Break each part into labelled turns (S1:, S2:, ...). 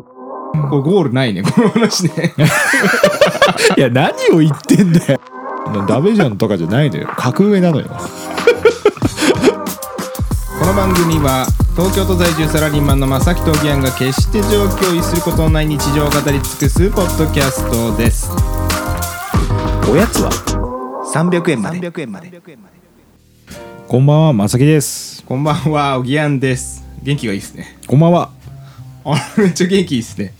S1: これゴールないね、この話ね。
S2: いや何を言ってんだよダメじゃんとかじゃないのよ格上なのよ
S1: この番組は東京都在住サラリーマンの正木とおぎやんが決して状況を逸することのない日常を語り尽くすポッドキャストです。
S2: おやつは
S1: 300円まで。300円まで。
S2: こんばんはまさきです
S1: こんばんは、おぎやんです。元気がいいですね。
S2: こんばんは
S1: あ、めっちゃ元気いいですね。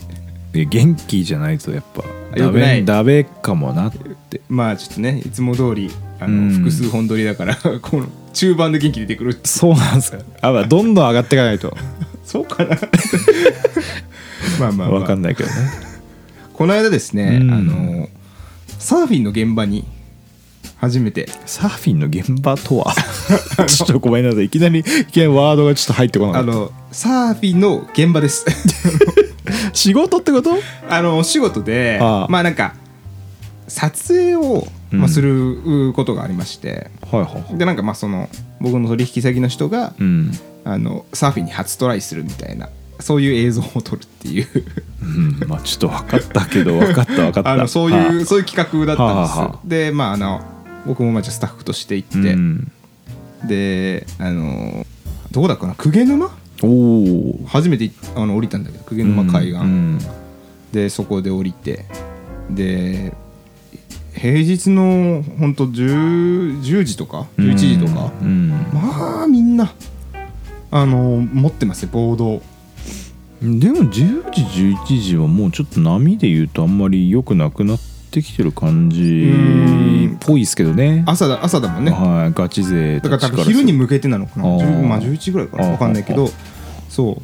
S2: いや元気じゃないとやっぱ
S1: よ
S2: ダ
S1: くない
S2: メダメかもなって
S1: まあちょっとね、いつも通り、あ
S2: うん
S1: の、複数本撮りだから、この中盤で元気出てくるって。
S2: そうなんですかあまあどんどん上がっていかないと
S1: そうか なまあ まあ、まあ、
S2: わかんないけどね
S1: この間ですね、
S2: うん
S1: あのサーフィンの現場に初めて
S2: サーフィンの現場とは ちょっとごめんなさいいきなりいきなりワードがちょっと入ってこな
S1: あ
S2: い
S1: のサーフィンの現場です
S2: 仕事ってこと
S1: あのお仕事で
S2: ああ
S1: まあなんか撮影を、
S2: うん
S1: まあ、することがありまして、
S2: はいはい
S1: でなんかまあその僕の取引先の人が、
S2: うん、
S1: あのサーフィンに初トライするみたいなそういう映像を撮るっていう
S2: うん、まあちょっと分かったけど分かった分かった
S1: あのそういう
S2: う
S1: そういう企画だったんです、
S2: はあはあ
S1: でまああの僕もまあじゃあスタッフとして行って、
S2: ん、
S1: であのどこだっかな公家沼
S2: おお
S1: 初めていあの降りたんだけど公家沼海岸、
S2: うん
S1: でそこで降りてで平日のほんと 10, 10時とか11時とか、
S2: うん
S1: まあみんなあの持ってますよボードを
S2: でも10時11時はもうちょっと波で言うとあんまり良くなくなってきてる感じっぽいですけどね
S1: 朝だ朝だもんね
S2: はいガチ勢
S1: だ
S2: た
S1: から
S2: ちか
S1: 多
S2: ら
S1: 分昼に向けてなのかな
S2: あー
S1: 10まあ11ぐらいかな
S2: あー
S1: 分かんないけどそ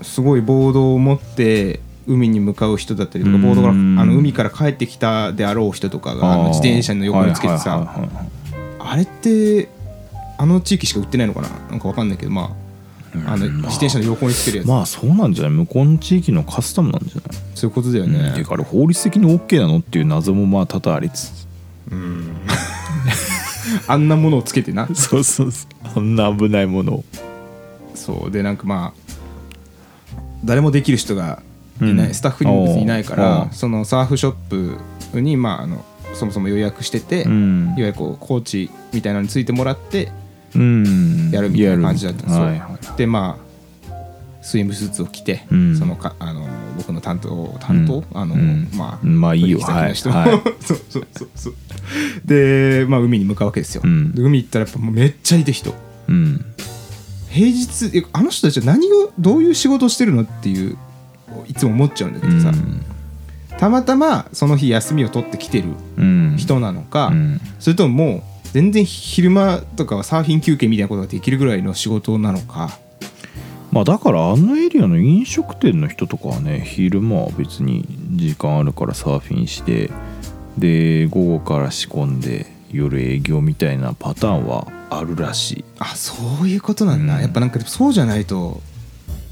S1: うすごいボードを持って海に向かう人だったりとか
S2: うん
S1: ボードからあの海から帰ってきたであろう人とかがあの
S2: あー
S1: 自転車の横につけてさ、
S2: はいはいはいはい
S1: あれってあの地域しか売ってないのかななんかわかんないけどまああの
S2: うん
S1: 自転車の横につけるやつ、
S2: まあそうなんじゃない向こうの地域のカスタムなんじゃない
S1: そういうことだよ
S2: うんて
S1: ね
S2: いう、かあれ法律的に OK なのっていう謎もまあ多々ありつ つ
S1: あんなものをつけてな
S2: そうそうそうあんな危ないものを
S1: そうでなんかまあ誰もできる人がいない、
S2: うん
S1: スタッフにも別にいないか
S2: おうお
S1: ら
S2: う
S1: そのサーフショップに、まあ、あのそもそも予約してて、
S2: ん
S1: いわゆるこうコーチみたいなのについてもらって
S2: うん
S1: やるみたいな感じだったんですよ、
S2: やるみたいなはいはい
S1: でまあスイムスーツを着て、
S2: うん
S1: そのかあの僕の担当担当、
S2: うん
S1: あの、
S2: うん
S1: まあ、
S2: まあいいよ
S1: 取引先の人も
S2: はいは
S1: そうそうそうそうで、まあ、海に向かうわけですよ、
S2: うん
S1: で海行ったらやっぱもうめっちゃいた人
S2: うん
S1: 平日えあの人たちは何をどういう仕事してるのっていういつも思っちゃうんだけどさ、たまたまその日休みを取ってきてる
S2: うん
S1: 人なのか、
S2: うん
S1: それとももう全然昼間とかはサーフィン休憩みたいなことができるぐらいの仕事なのか
S2: まあだからあのエリアの飲食店の人とかはね昼間は別に時間あるからサーフィンしてで午後から仕込んで夜営業みたいなパターンはあるらし
S1: あそういうことなんだ、
S2: うん
S1: やっぱなんかそうじゃないと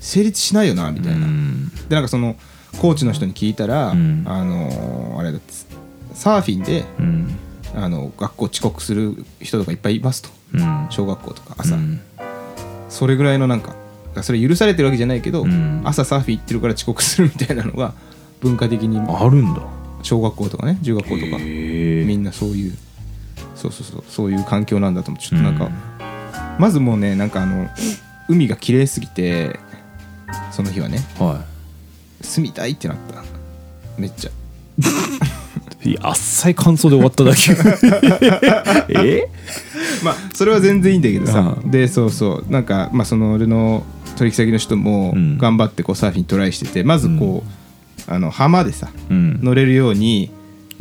S1: 成立しないよなみ
S2: い
S1: たいな、
S2: うん
S1: でなんかそのコーチの人に聞いたら、
S2: うん
S1: あのーあれだってサーフィンで
S2: うん
S1: あの学校遅刻する人とかいっぱいいますと
S2: うん
S1: 小学校とか朝、
S2: うん
S1: それぐらいのなんかそれ許されてるわけじゃないけど、
S2: うん
S1: 朝サーフィン行ってるから遅刻するみたいなのが文化的に
S2: あるんだ
S1: 小学校とかね中学校とか
S2: へ
S1: み
S2: え
S1: んなそういうそうそうそうそういう環境なんだと思うちょっとなんか、まずもうねなんかあの海が綺麗すぎてその日はね
S2: は
S1: 住みたいってなっためっちゃ
S2: いいやあっさい感想で終わっただけえ
S1: まあそれは全然いいんだけどさ、
S2: うん
S1: でそうそうなんかまあその俺の取引先の人も
S2: うん
S1: 頑張ってこうサーフィントライしててまずこう、あの浜でさ
S2: うん
S1: 乗れるように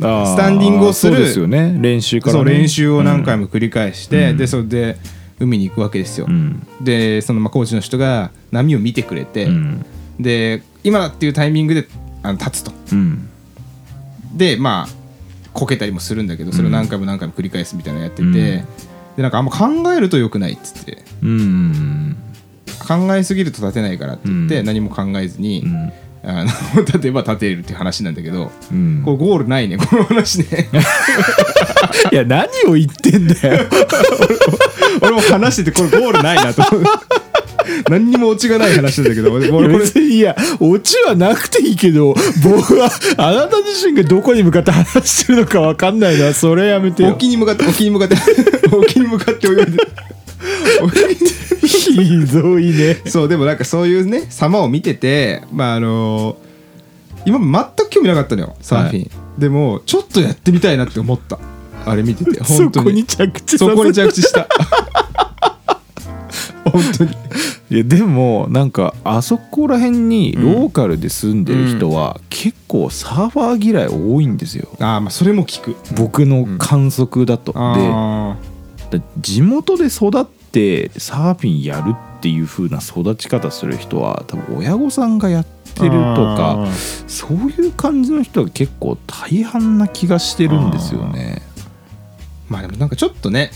S2: あー
S1: スタンディングをする
S2: そうですよね練習からね
S1: そう練習を何回も繰り返して、
S2: うん
S1: でそれで海に行くわけですよ、
S2: うん
S1: でそのまあコーチの人が波を見てくれて、
S2: うん
S1: で今だっていうタイミングであの立つと
S2: うん
S1: でまあこけたりもするんだけどそれを何回も何回も繰り返すみたいなのやってて、
S2: うん
S1: でなんかあんま考えると良くないっつって
S2: うん
S1: 考えすぎると立てないからって言って、
S2: うん
S1: 何も考えずに、
S2: うん
S1: あの 立てば立てるっていう話なんだけど、
S2: うん
S1: これゴールないねこの話 ね
S2: いや何を言ってんだよ
S1: 俺も話しててこれゴールないなと思う 何にもオチがない話だけ ど俺俺 これ
S2: 別にいやオチはなくていいけど僕はあなた自身がどこに向かって話してるのか分かんないなそれやめてよ
S1: 沖に向かって沖に向かって 沖に向かって泳いで沖に
S2: ひどいね
S1: そうでもなんかそういうね様を見ててまああの今まで全く興味なかったのよサーフィン、でもちょっとやってみたいなって思ったあれ見てて
S2: そ
S1: 本当
S2: こに
S1: に
S2: 着地
S1: そこに
S2: さ
S1: 着地した本当に
S2: せいやでもなんかあそこら辺にローカルで住んでる人は結構サーファー嫌い多いんですよ
S1: ああまあそれも聞く
S2: 僕の観測だと、
S1: あ
S2: でだ地元で育ってサーフィンやるっていう風な育ち方する人は多分親御さんがやってると
S1: あ
S2: かそういう感じの人が結構大半な気がしてるんですよね。
S1: まあでもなんかちょっとね、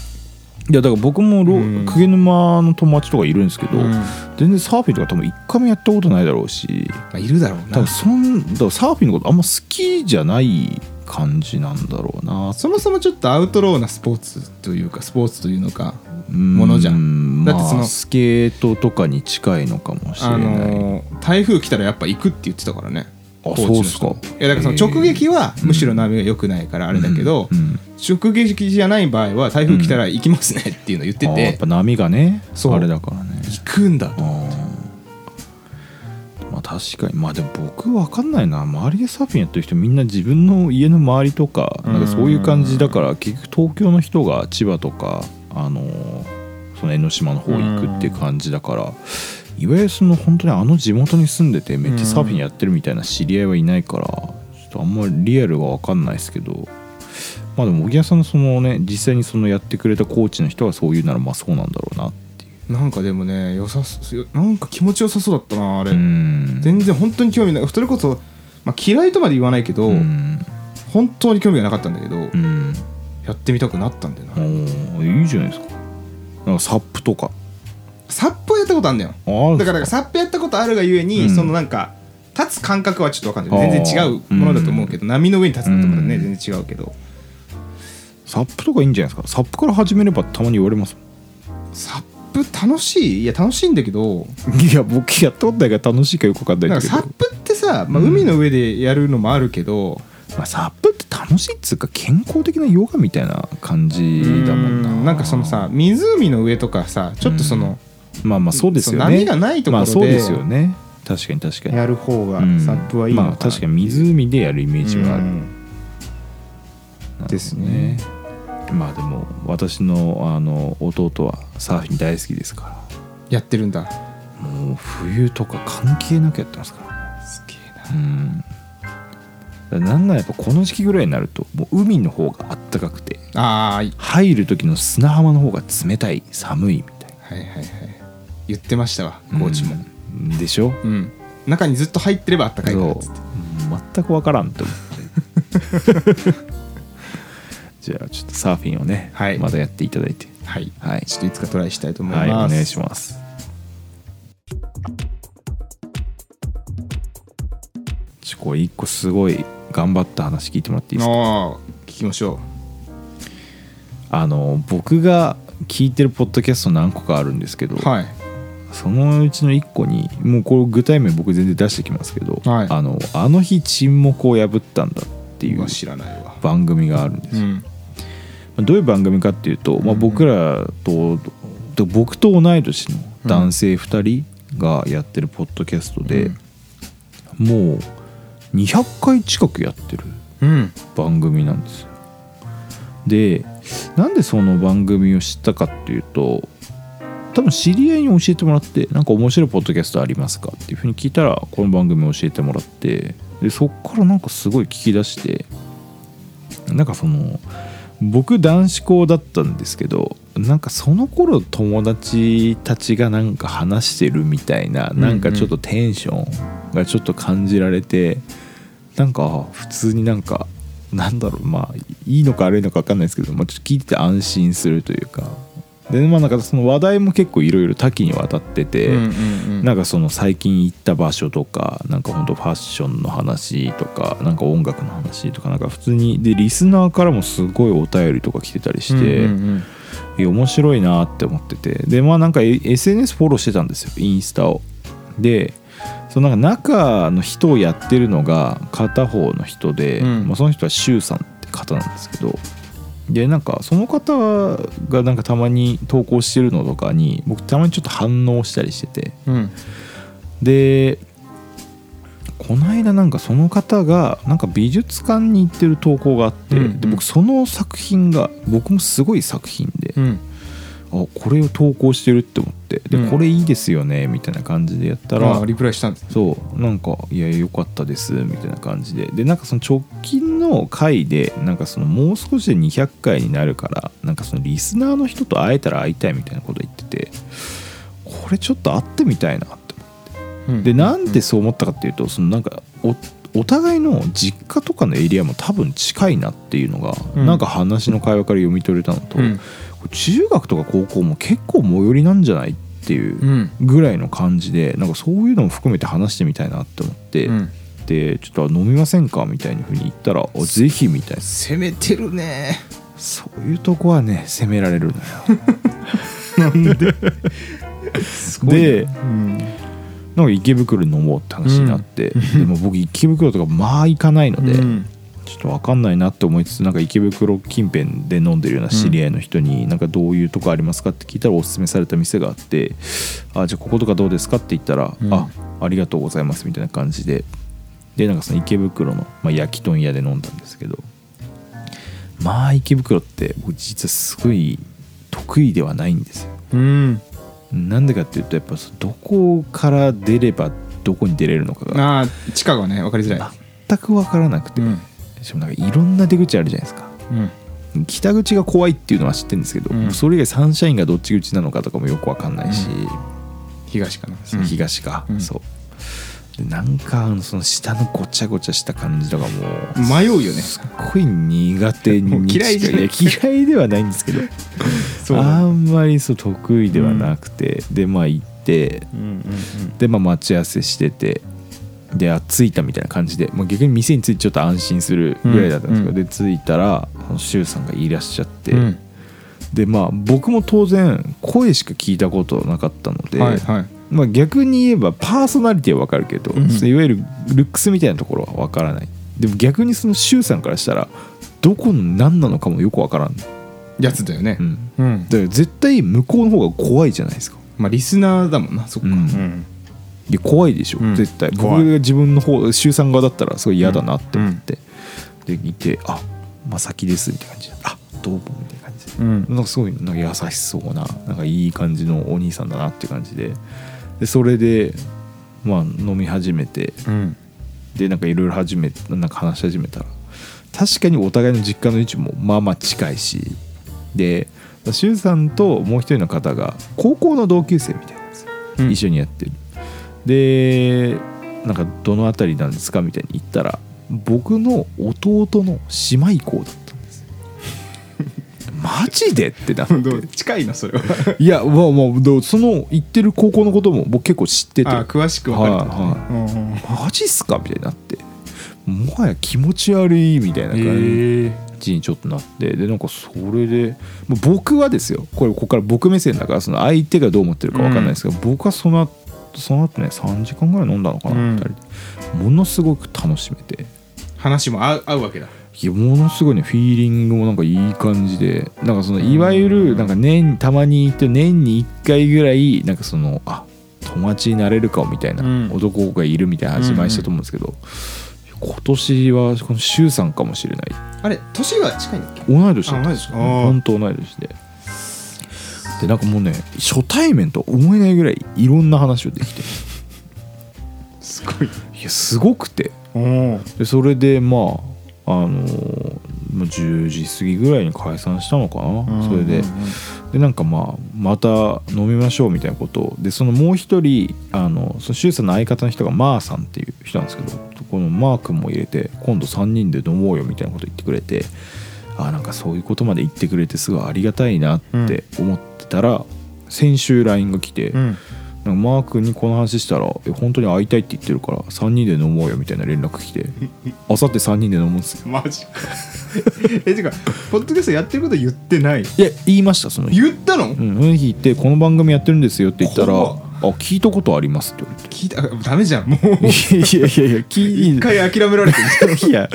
S2: いやだから僕もロ
S1: うん
S2: 鵠沼の友達とかいるんですけど、
S1: ま
S2: 全然サーフィンとか多分一回もやったことないだろうし
S1: あ、いるだろう
S2: 多
S1: な
S2: 分そんだからサーフィンのことあんま好きじゃない感じなんだろうな
S1: そもそもちょっとアウトローなスポーツというかスポーツというのか
S2: も
S1: のじゃん
S2: ん
S1: だってその
S2: まあ、スケートとかに近いのかもしれな
S1: あ
S2: い、
S1: のー台風来たらやっぱ行くって言ってたからね
S2: あ
S1: 高知の
S2: そうっ
S1: 人
S2: すか
S1: いやだからその直撃はむしろ波が良くないからあれだけど、
S2: うんうん
S1: 直撃じゃない場合は台風来たら行きますねっていうの言って、
S2: あーやってぱ波がね
S1: そう
S2: あれだからね
S1: 行くんだ
S2: あ
S1: と
S2: ーまあ確かにまあでも僕わかんないな周りでサーフィンやってる人みんな自分の家の周りとかなんかそういう感じだから結局東京の人が千葉とかあのーその江ノ島の方行くって感じだからいわゆるその本当にあの地元に住んでてめっちゃサーフィンやってるみたいな知り合いはいないからちょっとあんまりリアルがわかんないですけどまあでも小木屋さんのそのね実際にそのやってくれたコーチの人がそういうならまあそうなんだろうなっていう。
S1: なんかでもね良さそうなんか気持ちよさそうだったなあれ、
S2: うん
S1: 全然本当に興味ないそれこそ、まあ、嫌いとまで言わないけど、
S2: うん
S1: 本当に興味がなかったんだけど、
S2: うん、
S1: やってみたくなったんだよな、
S2: おーいいじゃないですかなんかサップとか
S1: サップはやったことあんだよ
S2: あ
S1: だからサップやったことあるがゆえに、
S2: うん
S1: そのなんか立つ感覚はちょっと分かんな
S2: あ
S1: い全
S2: ー
S1: 然違うものだと思うけど、波の上に立つのとかだね、
S2: うん
S1: 全然違うけど
S2: サップとかいいんじゃないですかサップから始めればたまに言われますも
S1: サップ楽しいいや楽し いんだけど
S2: んいや僕やったことないから楽しいかよくわかんな
S1: ない
S2: ん
S1: ん
S2: だ
S1: か
S2: け
S1: サ
S2: ど
S1: ップってさ、まあ、海の上でやるのもあるけど、
S2: まあ、サップって楽しいっつうか健康的なヨガみたいな感じだもんな
S1: うんなんかそのさ湖の上とかさちょっとその、
S2: まあまあそうですよね
S1: そう波がないところで
S2: まあそうですよね確かに確かに
S1: やる方が
S2: うん
S1: サップはいいのかな、
S2: まあ確かに湖でやるイメージはある、
S1: うん
S2: なん
S1: ですね
S2: まあでも私のあの弟はサーフィン大好きですか
S1: やってるんだ
S2: らもう冬とか関係なくやってますから
S1: すげえな
S2: うんだからなんならやっぱこの時期ぐらいになるともう海の方があったかくて
S1: あー
S2: 入る時の砂浜の方が冷たい寒いみたい
S1: はいはいはい言ってましたわ
S2: な
S1: コーチも、
S2: うんでしょ
S1: うん中にずっと入ってればあったかいからっつって
S2: そう全く分からんと思って じゃあちょっとサーフィンをね、
S1: はい
S2: またやっていただいて
S1: はい
S2: はい
S1: ちょっといつかトライしたいと思い
S2: はい、
S1: ま
S2: お
S1: す、
S2: 願いします。ちょこれ一個すごい頑張った話聞いてもらっていいですか
S1: あー聞きましょ
S2: あの僕が聞いてるポッドキャスト何個かあるんですけど、
S1: うはい
S2: そのうちの1個にもうこれ具体名僕全然出してきますけど「
S1: はい
S2: あのあの日沈黙を破ったんだ」っていう
S1: は知らないわ
S2: 番組があるんです
S1: う
S2: よ、
S1: ん
S2: まあどういう番組かっていうと、まあ、僕らとと僕と同い年の男性2人がやってるポッドキャストで、もう200回近くやってる
S1: うん
S2: 番組なんですよ。でなんでその番組を知ったかっていうと多分知り合いに教えてもらってなんか面白いポッドキャストありますかっていうふうに聞いたらこの番組を教えてもらってでそっからなんかすごい聞き出してなんかその僕男子校だったんですけどなんかその頃友達たちがなんか話してるみたいな
S1: うん
S2: なんかちょっとテンションがちょっと感じられてなんか普通になんかなんだろうまあいいのか悪いのか分かんないですけど、まあ、ちょっと聞いてて安心するというかでまあなんかその話題も結構いろいろ多岐にわたってて。
S1: うんうんうん
S2: なんかその最近行った場所とかなんかほんとファッションの話とかなんか音楽の話とかなんか普通にでリスナーからもすごいお便りとか来てたりして、
S1: うんうんうん
S2: いや面白いなって思っててでまあなんかえ SNS フォローしてたんですよインスタをでそのなんか中の人をやってるのが片方の人で、
S1: うん
S2: まあ、その人は周さんって方なんですけどでなんかその方がなんかたまに投稿してるのとかに僕たまにちょっと反応したりしてて
S1: うん
S2: でこの間なんかその方がなんか美術館に行ってる投稿があって、
S1: うんうん
S2: で僕その作品が僕もすごい作品で、
S1: うん
S2: あこれを投稿してるって思ってで、
S1: うん
S2: これいいですよねみたいな感じでやったら
S1: あリプライしたんです
S2: そうなんか「いや良かったです」みたいな感じででなんかその直近の回でなんかそのもう少しで200回になるからなんかそのリスナーの人と会えたら会いたいみたいなこと言っててこれちょっと会ってみたいなって
S1: うん
S2: でなんでそう思ったかっていうとそのなんかおお互いの実家とかのエリアも多分近いなっていうのが、
S1: うん
S2: なんか話の会話から読み取れたのと、
S1: うん
S2: 中学とか高校も結構最寄りなんじゃないっていう
S1: うん
S2: ぐらいの感じでなんかそういうのも含めて話してみたいなって思って、
S1: うん
S2: でちょっと飲みませんかみたいな風に言ったらあ「ぜひ」みたいな
S1: 攻めてるね
S2: そういうとこはね責めら れるのよ。
S1: す
S2: ごいな
S1: うん
S2: なんか池袋に飲もうって話になって、でも僕池袋とかまあ行かないので。
S1: うん
S2: ちょっと分かんないなって思いつつなんか池袋近辺で飲んでるような知り合いの人に、なんかどういうとこありますかって聞いたらおすすめされた店があってあじゃあこことかどうですかって言ったら、
S1: うん
S2: あありがとうございますみたいな感じででなんかその池袋の、まあ、焼き豚屋で飲んだんですけどまあ池袋って僕実はすごい得意ではないんですよ
S1: うん
S2: なんでかっていうとやっぱそのどこから出ればどこに出れるのかが
S1: ああ地下がね分かりづらい
S2: 全く分からなくて、
S1: うん
S2: しかもなんかいろんな出口あるじゃないですか
S1: うん
S2: 北口が怖いっていうのは知ってるんですけど、
S1: うん
S2: それ以外サンシャインがどっち口なのかとかもよくわかんないし、
S1: 東かな
S2: その東か、
S1: うん
S2: そうでなんかあのその下のごちゃごちゃした感じとかも
S1: うん
S2: う
S1: 迷うよね
S2: すっごい苦手
S1: もう
S2: に
S1: 嫌いじゃない
S2: や嫌いではないんですけど
S1: そう
S2: あんまりそう得意ではなくて、でまあ行って
S1: うん
S2: でまあ待ち合わせしててであ着いたみたいな感じで、まあ、逆に店に着いてちょっと安心するぐらいだったんですけど、
S1: うん
S2: で着いたらあの周さんがいらっしゃって、
S1: うんうん
S2: でまあ僕も当然声しか聞いたことなかったので、
S1: はいはい
S2: まあ、逆に言えばパーソナリティは分かるけど、
S1: うん
S2: そのいわゆるルックスみたいなところは分からないでも逆にその周さんからしたらどこの何なのかもよく分からん、
S1: やつだよね
S2: うん、
S1: うん
S2: だから絶対向こうの方が怖いじゃないですか
S1: まあリスナーだもんなそっか
S2: う
S1: うんん
S2: いや怖いでしょ、
S1: うん
S2: 絶対僕
S1: 怖
S2: が
S1: い
S2: 自分の方周さん側だったらすごい嫌だなって思って、でいて「あまさきです」みたいな感じで「あどうも」みたいな感じで
S1: うん
S2: なんかすごいなんか優しそうななんかいい感じのお兄さんだなっていう感じででそれで、まあ、飲み始めて
S1: うん
S2: でなんかいろいろ始めなんか話し始めたら確かにお互いの実家の位置もまあまあ近いしで周さんともう一人の方が高校の同級生みたいなんですよ
S1: うん
S2: 一緒にやってるでなんかどの辺りなんですかみたいに言ったら僕の弟の姉妹校だったんです マジでってなって
S1: どう近いな それはい
S2: やもうもうどうその行ってる高校のことも僕結構知ってて
S1: あー詳しく分かれてた
S2: はい
S1: ねうんうん
S2: マジっすかみたいになってもはや気持ち悪いみたいな感
S1: へえ
S2: じにちょっとなって、でなんかそれでもう僕はですよこれここから僕目線だからその相手がどう思ってるか分かんないですけど、僕はその後その後ね3時間ぐらい飲んだのかな、
S1: うん
S2: 二人でものすごく楽しめて
S1: 話も合う合うわけだ
S2: いやものすごいねフィーリングもなんかいい感じでなんかそのいわゆるなんか年たまに行って年に1回ぐらいなんかそのあ友達になれるかもみたいな、
S1: うん
S2: 男がいるみたいな話前したと思うんですけど、今年はこの周さんかもしれない
S1: あれ年は近いんだっけ
S2: 同い年
S1: あ同い年かあー
S2: 本当同い年ででなんかもうね初対面とは思えないぐらいいろんな話をできて
S1: すごい
S2: いやすごくて
S1: おお
S2: でそれでまああのーもう10時過ぎぐらいに解散したのかな、それででなんかまあまた飲みましょうみたいなことをでそのもう一人あのその周さんの相方の人がマーさんっていう人なんですけどこのマー君も入れて今度3人で飲もうよみたいなこと言ってくれてあなんかそういうことまで言ってくれてすごいありがたいなって思ってたら、先週 LINE が来て、
S1: うん
S2: なんかマー君にこの話したら「え本当に会いたいって言ってるから3人で飲もうよ」みたいな連絡来て「あさって3人で飲むんすよ
S1: マジか えてかポッドキャストやってること言ってない」
S2: いや言いましたその日
S1: 言ったの
S2: うん、うん日行って「この番組やってるんですよ」って言ったら「
S1: 怖っ
S2: あ聞いたことあります」って言われて
S1: 聞いたあダメじゃんもう
S2: いやいやいや聞
S1: 一
S2: い
S1: 回諦められてる
S2: いや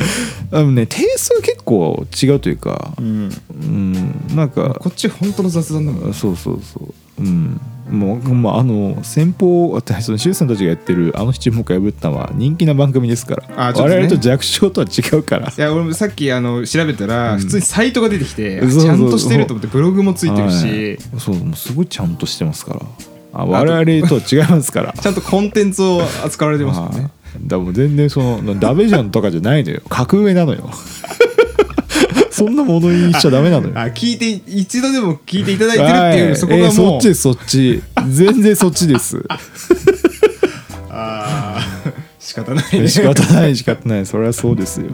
S2: あのね定数結構違うというかうんなんか
S1: こっち本当の雑談だもん
S2: そうそうそううんもう、まあ、あの先方私その柊さんたちがやってるあの七目破ったのは人気な番組ですから
S1: あちょっとね
S2: 我々と弱小とは違うから
S1: いや俺もさっきあの調べたら、普通にサイトが出てきて
S2: そうそう
S1: ちゃんとしてると思ってブログもついてるし、
S2: はいそうもうすごいちゃんとしてますからあ我々とは違いますから
S1: ちゃんとコンテンツを扱われてますよ
S2: はいだ
S1: ね
S2: からもう全然そのダメじゃんとかじゃないのよ格上なのよ そんな物言いしちゃダメなのよ
S1: あ聞いて一度でも聞いていただいてる
S2: は
S1: っ
S2: い
S1: ていう、そこが
S2: えーそ
S1: もう、
S2: っちですそっち全然そっちです
S1: ああ仕方ないね
S2: 仕方ない仕方ないそれはそうですよ、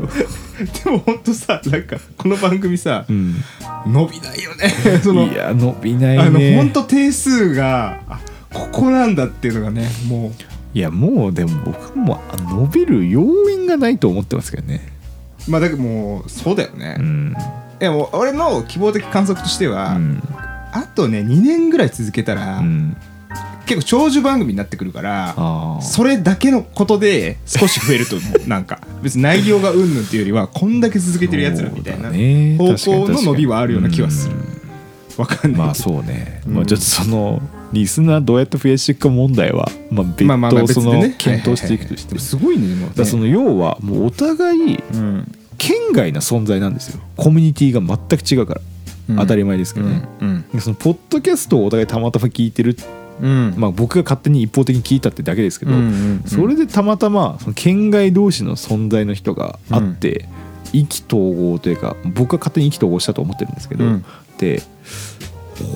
S1: でも本当さなんかこの番組さ、
S2: うん、
S1: 伸びないよね その
S2: いや伸びな
S1: あ
S2: い
S1: の
S2: ね
S1: 本当定数があここなんだっていうのがねも
S2: いやもうでも僕もあ伸びる要因がないと思ってますけどね
S1: うまあだけどもうそうだよね、
S2: う
S1: い
S2: ん、
S1: やもう俺の希望的観測として
S2: う
S1: は、
S2: ん
S1: あとね2年ぐらい続けたら、
S2: うん、
S1: 結構長寿番組になってくるから
S2: あー
S1: それだけのことで少し増えると思 うなんか別に内容がうんぬんっていうよりはこんだけ続けてるやつらみたいな、
S2: そうだね
S1: 方
S2: 確かに
S1: 向の伸びはあるような気はする
S2: うん
S1: わかんない
S2: まあ
S1: けど
S2: そうね、
S1: うん
S2: まあちょっとそのリスナーどうやって増やしていくか問題は、まあ、別
S1: まあまあまあ
S2: 途
S1: 別
S2: そ
S1: で
S2: の
S1: ね
S2: 検討していくとし
S1: はいはいはい
S2: ても
S1: すごいねでもね
S2: だからその要はもうお互い
S1: うん
S2: 県外な存在なんですよコミュニティが全く違うから、
S1: うん
S2: 当たり前ですけどね、
S1: うん
S2: でそのポッドキャストをお互いたまたま聞いてる、
S1: うん
S2: まあ、僕が勝手に一方的に聞いたってだけですけど、
S1: うんうんうん
S2: それでたまたまその県外同士の存在の人があって、意気投合というか僕は勝手に意気投合したと思ってるんですけど、
S1: うん
S2: で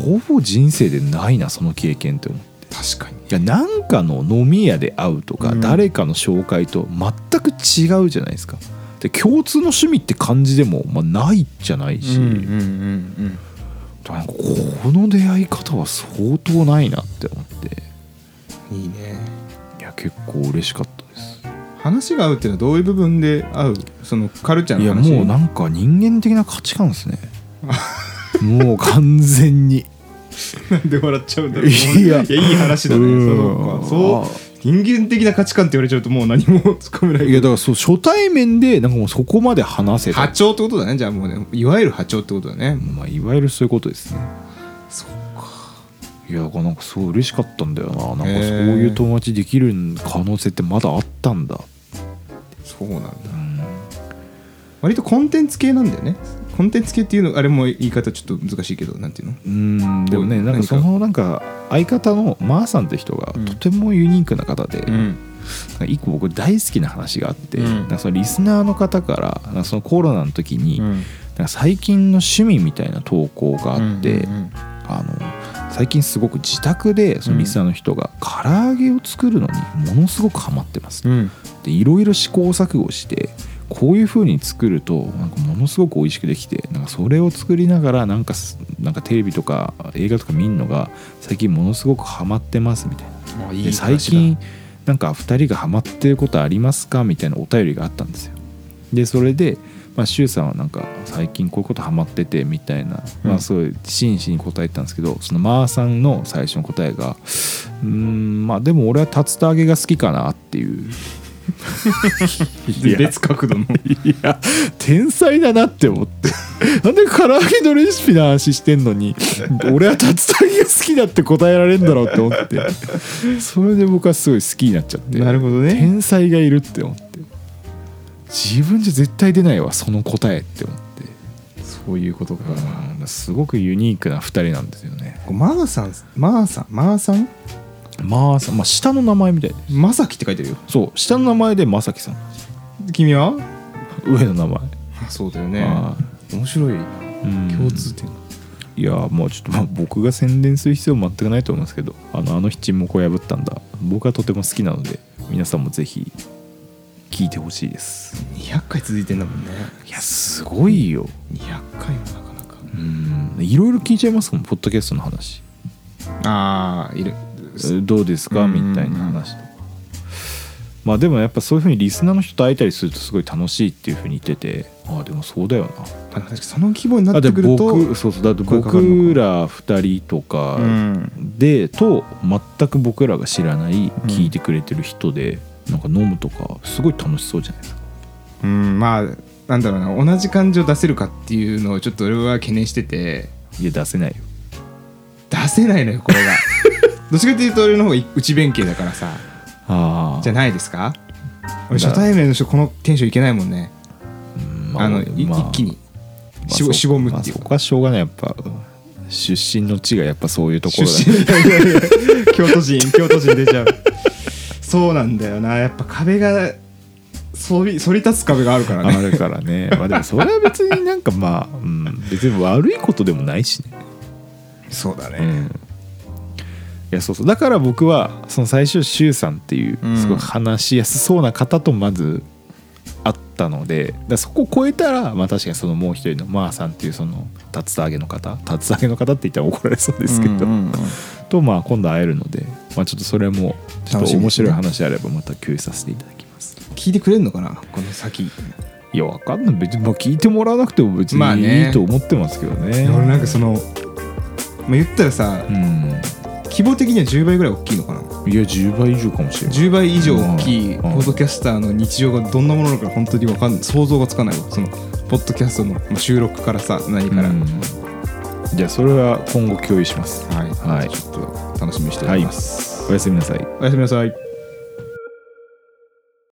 S2: ほぼ人生でないなその経験って思う
S1: 確かに
S2: いやなんかの飲み屋で会うとか、
S1: うん
S2: 誰かの紹介と全く違うじゃないですかで共通の趣味って感じでも、まあ、ないじゃないし、だ
S1: ん
S2: からなんかこの出会い方は相当ないなって思って
S1: うんいいね
S2: いや結構嬉しかったです
S1: 話が合うっていうのはどういう部分で合うそのカルチャー
S2: い
S1: の
S2: や
S1: 話
S2: もうなんか人間的な価値観ですねもう完全に
S1: なんで笑っちゃうんだろう
S2: いや
S1: いやいい話だね
S2: うん
S1: そうかそう人間的な価値観って言われちゃうともう何も つかめない
S2: いやだからそう初対面でなんかもうそこまで話せた
S1: 波、長ってことだねじゃあもうねいわゆる波長ってことだね
S2: まあ、いわゆるそういうことですね
S1: そう
S2: いやだからなんかすごい嬉しかったんだよななんかそう
S1: へー
S2: いう友達できる可能性ってまだあったんだ
S1: そうなんだ割とコンテンツ系なんだよねコンテンツ系っていうのあれも言い方ちょっと難しいけどなんていうの
S2: うんでもね
S1: どう
S2: なんか
S1: 何か
S2: そのなんか相方のマーさんって人が
S1: うん
S2: とてもユニークな方で、
S1: ん
S2: なんか一個僕大好きな話があって、
S1: うん
S2: なんかそのリスナーの方からなんかそのコロナの時に、
S1: うん
S2: なんか最近の趣味みたいな投稿があって、
S1: うん
S2: あの最近すごく自宅でそのリスナーの人が唐揚げを作るのにものすごくハマってます、
S1: うんうん
S2: でいろいろ試行錯誤してこういう風に作るとなんかものすごく美味しくできてなんかそれを作りながらなんかすなんかテレビとか映画とか見るのが最近ものすごくハマってますみたいな
S1: あ
S2: で最近なんか2人がハマってることありますかみたいなお便りがあったんですよでそれで、まあ、シュウさんはなんか最近こういうことハマっててみたいな、ま
S1: う
S2: あ、
S1: ん
S2: そういう真摯に答えてたんですけどそのマーさんの最初の答えがうーんまあでも俺は竜田揚げが好きかなっていういや
S1: 別角度の
S2: いや 天才だなって思って なんで唐揚げのレシピの話してんの に俺は竜田揚げが好きだって答えられるんだろうって思ってそれで僕はすごい好きになっちゃって
S1: なるほどね
S2: 天才がいるって思って自分じゃ絶対出ないわその答えって思って
S1: そういうことか
S2: うんすごくユニークな2人なんですよね
S1: マーさんマーさんマーさん
S2: まあさん、まあ、下の名前みたいで
S1: まさきって書いてるよ
S2: そう下の名前でまさきさん
S1: 君は
S2: 上の名前
S1: あそうだよ
S2: あ
S1: 面白いな
S2: うん
S1: 共通点
S2: いやもうちょっとまあ僕が宣伝する必要は全くないと思いますけどあのあの七目を破ったんだ僕はとても好きなので皆さんもぜひ聞いてほしいです
S1: 200回続いてんだもんね
S2: いやすごいよ
S1: 200回もなかなか
S2: うんいろいろ聞いちゃいますもんポッドキャストの話
S1: ああいるです
S2: どうですか
S1: うん
S2: みたいな話とかまあでもやっぱそういうふうにリスナーの人と会えたりするとすごい楽しいっていうふうに言っててああでもそうだよ
S1: ただその規模に
S2: な
S1: なってくると
S2: あで僕そうそうだって
S1: 声かかるの
S2: 僕ら2人とか
S1: うん
S2: で、と全く僕らが知らない聞いてくれてる人で、なんか飲むとかすごい楽しそうじゃないですか
S1: うんまあなんだろうな同じ感情出せるかっていうのをちょっと俺は懸念してて
S2: いや出せないよ
S1: 出せないのよこれ がどっちかっていうと俺の方が内弁慶だからさ
S2: ああ
S1: じゃないですか俺
S2: だ
S1: 初対面の人このテンションいけないもんねあの、い一気にしぼしぼむっていう
S2: そ
S1: か
S2: こはしょうがないやっぱ出身の地がやっぱそういうところだ、
S1: 出身 京都人京都人出ちゃうそうなんだよなやっぱ壁がそりそり立つ壁があるからね
S2: あるからね まあでもそれは別になんかまあ、うん、別に悪いことでもないしね、
S1: そうだ
S2: う、ん、いやそうそうだから僕はその最初周さんっていう
S1: うん
S2: すごい話しやすそうな方とまず会ったのでだからそこを超えたら、まあ、確かにそのもう一人のまーさんっていうその竜田揚げの方竜田揚げの方って言ったら怒られそうで
S1: です
S2: けど、とまあ今度会えるので、まあ、ちょっとそれもちょっ
S1: 楽し
S2: と
S1: み
S2: 面
S1: です
S2: 白
S1: ね
S2: い話あればまた共有させていただきます
S1: 聞いてくれるのかなこの先
S2: いやわかんない別に、まあ、聞いてもらわなくても別
S1: まあ
S2: に
S1: ね
S2: いいと思ってますけどね,、
S1: 俺なんかその、まあ、言ったらさ
S2: うん
S1: 規模的には10倍ぐらい大きいのかない
S2: や10倍以上かもしれない
S1: 10倍以上大きい
S2: うん
S1: ポッドキャスターの日常がどんなものなのか本当にわかんない想像がつかないわそのポッドキャストのまあ収録からさ何から、
S2: うんじゃあそれは今後共有します
S1: はい、
S2: はい
S1: ちょっと楽しみにしております、
S2: おやすみなさい
S1: おやすみなさい